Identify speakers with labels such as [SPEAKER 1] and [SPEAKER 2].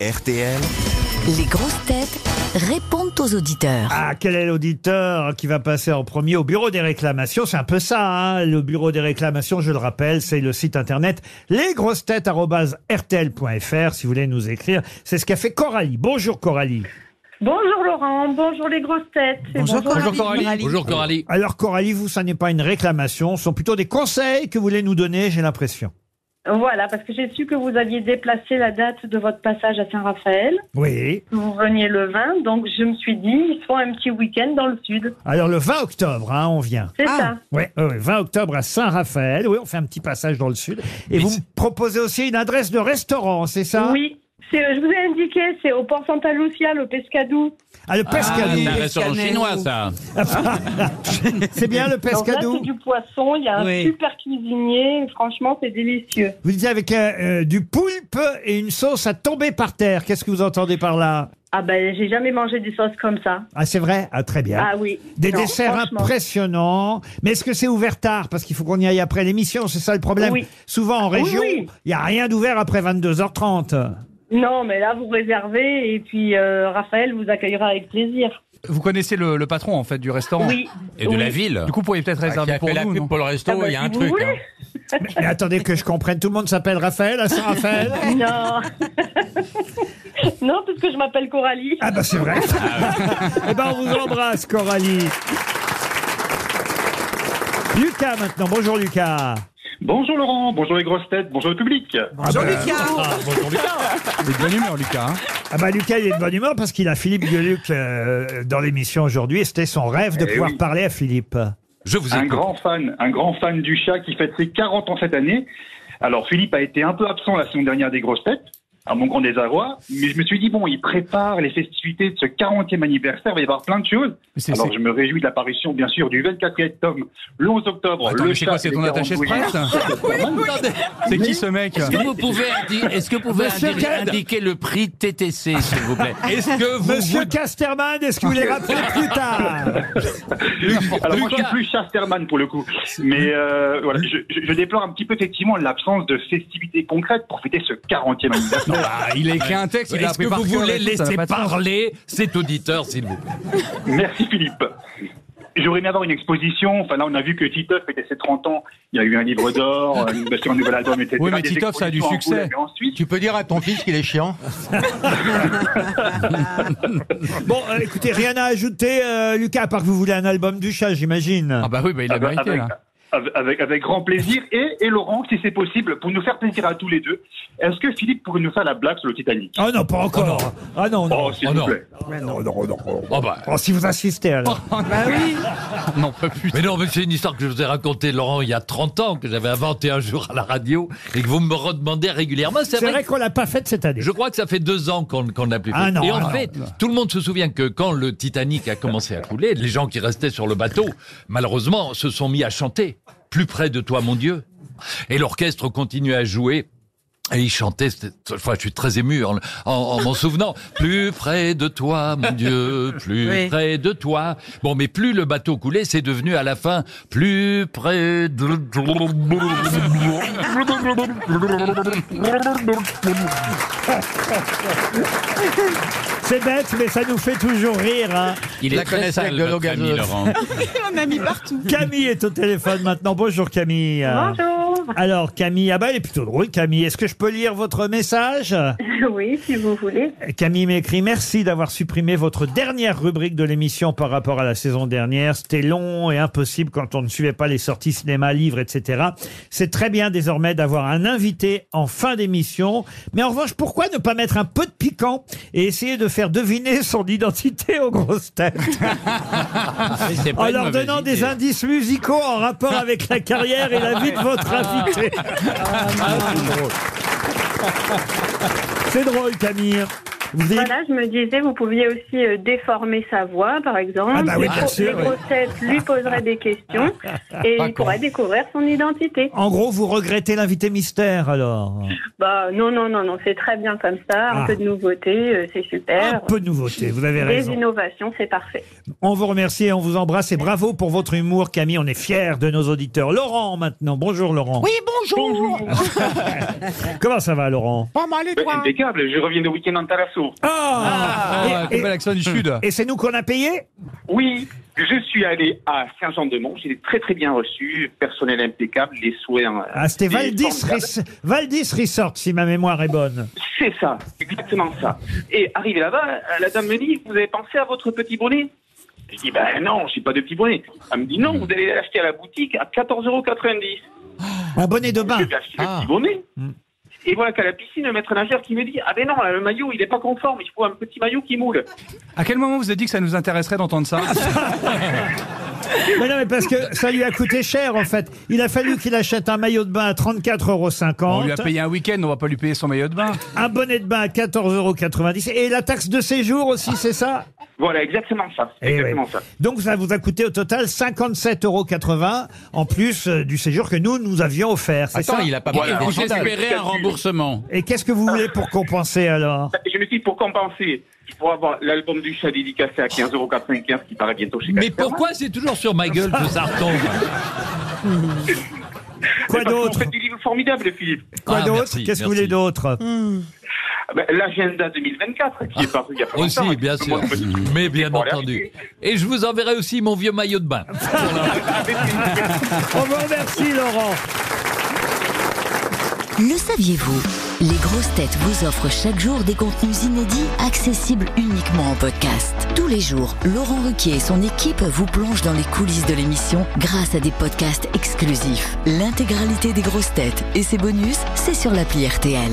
[SPEAKER 1] RTL.
[SPEAKER 2] Les grosses têtes répondent aux auditeurs.
[SPEAKER 3] Ah, quel est l'auditeur qui va passer en premier au bureau des réclamations C'est un peu ça, hein, le bureau des réclamations, je le rappelle, c'est le site internet lesgrossetêtes.rtl.fr si vous voulez nous écrire. C'est ce qu'a fait Coralie. Bonjour Coralie.
[SPEAKER 4] Bonjour Laurent, bonjour les grosses têtes. et
[SPEAKER 5] Bonjour Coralie.
[SPEAKER 6] Bonjour Coralie.
[SPEAKER 3] Alors Coralie, vous, ça n'est pas une réclamation, ce sont plutôt des conseils que vous voulez nous donner, j'ai l'impression.
[SPEAKER 4] Voilà, parce que j'ai su que vous aviez déplacé la date de votre passage à Saint-Raphaël.
[SPEAKER 3] Oui.
[SPEAKER 4] Vous veniez le 20, donc je me suis dit, il faut un petit week-end dans le sud.
[SPEAKER 3] Alors le 20 octobre, hein, on vient.
[SPEAKER 4] C'est
[SPEAKER 5] Ah.
[SPEAKER 4] ça.
[SPEAKER 3] Oui, oui, oui, 20 octobre à Saint-Raphaël. Oui, on fait un petit passage dans le sud. Et
[SPEAKER 6] Mais
[SPEAKER 3] vous
[SPEAKER 6] c'est-
[SPEAKER 3] me proposez aussi une adresse de restaurant, c'est ça
[SPEAKER 4] Oui. C'est- Je vous ai indiqué, c'est au Port Santa Lucia, le Pescadou.
[SPEAKER 3] Ah, le
[SPEAKER 6] Ah,
[SPEAKER 3] Pescadou.
[SPEAKER 6] c'est un restaurant chinois, ça.
[SPEAKER 3] c'est bien le
[SPEAKER 4] Donc là, c'est
[SPEAKER 3] Pescadou.
[SPEAKER 4] du poisson, il y a un
[SPEAKER 5] Oui.
[SPEAKER 4] super cuisinier, franchement, c'est délicieux.
[SPEAKER 3] Vous disiez avec euh, euh, du poulpe et une sauce à tomber par terre. Qu'est-ce que vous entendez par là
[SPEAKER 4] Ah ben, j'ai jamais mangé des sauces comme ça.
[SPEAKER 3] Ah, c'est vrai Ah, très bien.
[SPEAKER 4] Ah oui.
[SPEAKER 3] Des
[SPEAKER 4] Non,
[SPEAKER 3] desserts
[SPEAKER 4] franchement.
[SPEAKER 3] impressionnants. Mais est-ce que c'est ouvert tard Parce qu'il faut qu'on y aille après l'émission, c'est ça le problème.
[SPEAKER 4] Oui.
[SPEAKER 3] Souvent en
[SPEAKER 4] oui,
[SPEAKER 3] région, il
[SPEAKER 4] oui.
[SPEAKER 3] n'y a rien d'ouvert après 22h30.
[SPEAKER 4] Non, mais là, vous réservez et puis euh, Raphaël vous accueillera avec plaisir.
[SPEAKER 7] Vous connaissez le, le patron en fait du restaurant.
[SPEAKER 4] Oui.
[SPEAKER 6] Et de
[SPEAKER 4] oui.
[SPEAKER 6] la ville.
[SPEAKER 7] Du coup, vous pourriez peut-être
[SPEAKER 6] Ah,
[SPEAKER 7] réserver pour nous. non
[SPEAKER 6] le resto,
[SPEAKER 4] Ah bah, il y a si un vous truc, voulez. hein.
[SPEAKER 3] Mais, mais attendez que je comprenne, tout le monde s'appelle Raphaël à Saint-Raphaël
[SPEAKER 4] Non. non, parce que je m'appelle Coralie.
[SPEAKER 3] Ah bah c'est vrai. Eh ben on vous embrasse Coralie. Lucas maintenant. Bonjour Lucas.
[SPEAKER 8] Bonjour Laurent, bonjour les grosses têtes, bonjour le public.
[SPEAKER 5] Bonjour Lucas.
[SPEAKER 7] Vous êtes bien humeur, Lucas. hein
[SPEAKER 3] Ah bah Lucas il est de bonne humeur parce qu'il a Philippe Gueluc euh, dans l'émission aujourd'hui et c'était son rêve de
[SPEAKER 8] Eh
[SPEAKER 3] pouvoir
[SPEAKER 8] oui.
[SPEAKER 3] parler à Philippe.
[SPEAKER 6] Je vous
[SPEAKER 8] Un
[SPEAKER 6] écoute.
[SPEAKER 8] grand fan, un grand fan du chat qui fête ses 40 ans cette année. Alors Philippe a été un peu absent la semaine dernière des grosses têtes, à mon grand désarroi, mais je me suis dit bon, il prépare les festivités de ce 40e anniversaire, il va y avoir plein de choses.
[SPEAKER 7] Mais c'est-
[SPEAKER 8] Alors
[SPEAKER 7] c'est-
[SPEAKER 8] je me réjouis de l'apparition bien sûr du 24e tome le 11 octobre.
[SPEAKER 7] Attends,
[SPEAKER 8] le
[SPEAKER 7] mais c'est
[SPEAKER 8] chat
[SPEAKER 7] quoi
[SPEAKER 8] et
[SPEAKER 7] C'est
[SPEAKER 8] les
[SPEAKER 7] ton attaché de
[SPEAKER 8] 42
[SPEAKER 7] presse hein C'est qui ce mec
[SPEAKER 6] Est-ce que vous pouvez, indi- est-ce que vous pouvez
[SPEAKER 3] Monsieur
[SPEAKER 6] indi-
[SPEAKER 3] Ked.
[SPEAKER 6] indiquer le prix TTC, s'il vous plaît Est-ce que vous...
[SPEAKER 3] Monsieur Casterman, est-ce que vous les rappelez plus tard
[SPEAKER 8] Alors moi, je suis
[SPEAKER 6] Lucas.
[SPEAKER 8] plus Chasterman pour le coup. Mais euh, voilà, je, je- je déplore un petit peu effectivement l'absence de festivités concrètes pour fêter ce 40e anniversaire.
[SPEAKER 7] Non, bah, Il a écrit un texte. Il a
[SPEAKER 6] Est-ce que
[SPEAKER 7] appris par
[SPEAKER 6] vous
[SPEAKER 7] cœur
[SPEAKER 6] voulez
[SPEAKER 7] et tout, ça n'a
[SPEAKER 6] laisser
[SPEAKER 7] pas de sens.
[SPEAKER 6] parler cet auditeur, s'il vous plaît
[SPEAKER 8] Merci Philippe. J'aurais aimé avoir une exposition. Enfin là, on a vu que Titoff était ses 30 ans. Il y a eu un livre d'or, euh, bien sûr, un nouvel album, etc.
[SPEAKER 7] Oui, mais
[SPEAKER 8] Des
[SPEAKER 7] Titoff, ça a du
[SPEAKER 8] expositions en
[SPEAKER 7] succès.
[SPEAKER 8] couleur et en Suisse.
[SPEAKER 9] Tu peux dire à ton fils qu'il est chiant
[SPEAKER 3] Bon, euh, écoutez, rien à ajouter, euh, Lucas, à part que vous voulez un album du chat, j'imagine.
[SPEAKER 7] Ah bah oui, bah, il a
[SPEAKER 8] Avec,
[SPEAKER 7] mérité
[SPEAKER 8] avec,
[SPEAKER 7] là.
[SPEAKER 8] avec- avec grand plaisir. Et, et Laurent, si c'est possible, pour nous faire plaisir à tous les deux, est-ce que Philippe pourrait nous faire la blague sur le Titanic
[SPEAKER 3] Oh non, pas encore. Ah non, non.
[SPEAKER 8] Oh, s'il
[SPEAKER 6] Oh,
[SPEAKER 8] vous
[SPEAKER 6] non.
[SPEAKER 8] plaît.
[SPEAKER 3] non, non, non, non.
[SPEAKER 6] oh bah.
[SPEAKER 3] Oh, si vous insistez alors.
[SPEAKER 7] On n'en peut plus.
[SPEAKER 6] Mais non, mais c'est une histoire que je vous ai racontée, Laurent, il y a 30 ans, que j'avais inventée un jour à la radio, et que vous me redemandez régulièrement. C'est
[SPEAKER 3] C'est
[SPEAKER 6] vrai
[SPEAKER 3] vrai qu'on l'a pas faite cette année.
[SPEAKER 6] Je crois que ça fait deux ans qu'on qu'on ne l'a plus fait.
[SPEAKER 3] Ah non,
[SPEAKER 6] et en
[SPEAKER 3] ah
[SPEAKER 6] fait, tout le monde se souvient que quand le Titanic a commencé à couler, les gens qui restaient sur le bateau, malheureusement, se sont mis à chanter « Plus près de toi, mon Dieu ». Et l'orchestre continuait à jouer. Et il chantait, c'était- cette fois je suis très ému en, en- en m'en souvenant, plus près de toi, mon Dieu, plus
[SPEAKER 5] Oui.
[SPEAKER 6] près de toi. Bon, mais plus le bateau coulait, c'est devenu à la fin, plus près de...
[SPEAKER 3] C'est bête, mais ça nous fait toujours rire. hein.
[SPEAKER 6] Il
[SPEAKER 9] La connaisse avec de l'eau
[SPEAKER 6] votre ami,
[SPEAKER 9] gazeuse.
[SPEAKER 6] Laurent.
[SPEAKER 5] On a mis partout.
[SPEAKER 3] Camille est au téléphone maintenant. Bonjour Camille.
[SPEAKER 4] Bonjour.
[SPEAKER 3] Alors Camille, ah bah elle est plutôt drôle Camille. Est-ce que je peux lire votre message
[SPEAKER 4] Oui, si vous voulez.
[SPEAKER 3] Camille m'écrit merci d'avoir supprimé votre dernière rubrique de l'émission par rapport à la saison dernière. C'était long et impossible quand on ne suivait pas les sorties cinéma, livres, etc. C'est très bien désormais d'avoir un invité en fin d'émission. Mais en revanche, pourquoi ne pas mettre un peu de piquant et essayer de faire deviner son identité aux grosses têtes
[SPEAKER 6] Ah, C'est Ah, pas
[SPEAKER 3] en
[SPEAKER 6] une
[SPEAKER 3] leur
[SPEAKER 6] mauvaise
[SPEAKER 3] donnant
[SPEAKER 6] idée. hein.
[SPEAKER 3] des indices musicaux en rapport avec la carrière et la vie de votre invité.
[SPEAKER 6] Ah,
[SPEAKER 3] C'est drôle, Camille. Vous avez-
[SPEAKER 4] Voilà, je me disais, vous pouviez aussi euh, déformer sa voix, par exemple.
[SPEAKER 3] Ah bah oui,
[SPEAKER 4] les
[SPEAKER 3] bien
[SPEAKER 4] gros-
[SPEAKER 3] sûr,
[SPEAKER 4] les grosses têtes lui poseraient des questions et il
[SPEAKER 7] Pas con.
[SPEAKER 4] pourrait découvrir son identité.
[SPEAKER 3] En gros, vous regrettez l'invité mystère, alors
[SPEAKER 4] Bah non, non, non, non, c'est très bien comme ça. Un
[SPEAKER 3] Ah.
[SPEAKER 4] peu de nouveauté, euh, c'est
[SPEAKER 3] Un
[SPEAKER 4] super.
[SPEAKER 3] peu de nouveauté, vous avez
[SPEAKER 4] Des
[SPEAKER 3] raison.
[SPEAKER 4] innovations, c'est parfait.
[SPEAKER 3] On vous remercie et on vous embrasse et bravo pour votre humour, Camille. On est fiers de nos auditeurs. Laurent, maintenant. Bonjour, Laurent.
[SPEAKER 5] Oui, bonjour.
[SPEAKER 3] Comment ça va, Laurent
[SPEAKER 5] Pas mal, et
[SPEAKER 10] Ben,
[SPEAKER 5] toi
[SPEAKER 10] impeccable, je reviens de week-end en Tarasso.
[SPEAKER 3] Ah,
[SPEAKER 7] Ah,
[SPEAKER 3] Et,
[SPEAKER 7] quel bel accent du Sud.
[SPEAKER 3] et- et c'est nous qu'on a payé
[SPEAKER 10] Oui, je suis allé à Saint-Jean-de-Mont, j'ai été très très bien reçu, personnel impeccable, les soins. euh,
[SPEAKER 3] Ah, c'était
[SPEAKER 10] étaient
[SPEAKER 3] Valdis,
[SPEAKER 10] formidables.
[SPEAKER 3] Res- Valdis Resort, si ma mémoire est bonne.
[SPEAKER 10] C'est ça, exactement ça. Et arrivé là-bas, euh, la dame me dit, vous avez pensé à votre petit bonnet Je dis, ben non, j'ai pas de petit bonnet. Elle me dit, non, vous allez l'acheter à la boutique à 14,90 euros.
[SPEAKER 3] Un bonnet de
[SPEAKER 10] Je
[SPEAKER 3] bain.
[SPEAKER 10] vais acheter
[SPEAKER 7] Ah.
[SPEAKER 10] le petit bonnet.
[SPEAKER 3] Hmm.
[SPEAKER 10] Et voilà qu'à la piscine, un maître nageur qui me dit, ah ben non, là, le maillot, il est pas conforme, il faut un petit maillot qui moule.
[SPEAKER 7] À quel moment vous avez dit que ça nous intéresserait d'entendre ça
[SPEAKER 9] Ah,
[SPEAKER 3] Mais non, mais parce que ça lui a coûté cher, en fait. Il a fallu qu'il achète un maillot de bain à 34,50
[SPEAKER 7] On lui a
[SPEAKER 3] euros.
[SPEAKER 7] payé un week-end, on va pas lui payer son maillot de bain.
[SPEAKER 3] Un bonnet de bain à 14,90 euros. Et la taxe de séjour aussi, c'est ça
[SPEAKER 10] Voilà, exactement ça.
[SPEAKER 3] Eh
[SPEAKER 10] Exactement
[SPEAKER 3] ouais.
[SPEAKER 10] ça.
[SPEAKER 3] Donc ça vous a coûté au total 57,80 euros en plus euh, du séjour que nous, nous avions offert. C'est ça
[SPEAKER 11] a pas parlé des J'espérais un remboursement.
[SPEAKER 6] Ah.
[SPEAKER 3] Et qu'est-ce que vous voulez pour compenser alors
[SPEAKER 10] Et Je me suis dit, pour compenser, je pourrais avoir l'album du chat dédicacé à 15,95€ qui paraît bientôt chez
[SPEAKER 6] Mais
[SPEAKER 10] Casper.
[SPEAKER 6] pourquoi c'est toujours sur ma gueule que ça retombe
[SPEAKER 3] Quoi
[SPEAKER 10] Parce que vous
[SPEAKER 3] d'autre
[SPEAKER 10] faites des livres formidables, Philippe.
[SPEAKER 3] Quoi
[SPEAKER 6] Ah,
[SPEAKER 3] d'autre
[SPEAKER 6] merci,
[SPEAKER 3] Qu'est-ce que vous
[SPEAKER 6] merci. Hmm.
[SPEAKER 3] voulez d'autre
[SPEAKER 10] Ah ben, L'agenda 2024 qui est paru il y a pas
[SPEAKER 6] Aussi,
[SPEAKER 10] longtemps.
[SPEAKER 6] Ah. bien sûr.
[SPEAKER 10] Moi, je me-
[SPEAKER 6] Mais bien
[SPEAKER 10] Voilà.
[SPEAKER 6] entendu. Et je vous enverrai aussi mon vieux maillot de bain.
[SPEAKER 3] On vous remercie Laurent.
[SPEAKER 2] Le saviez-vous Les grosses têtes vous offrent chaque jour des contenus inédits accessibles uniquement en podcast. Tous les jours, Laurent Ruquier et son équipe vous plongent dans les coulisses de l'émission grâce à des podcasts exclusifs. L'intégralité des grosses têtes et ses bonus, c'est sur l'appli RTL.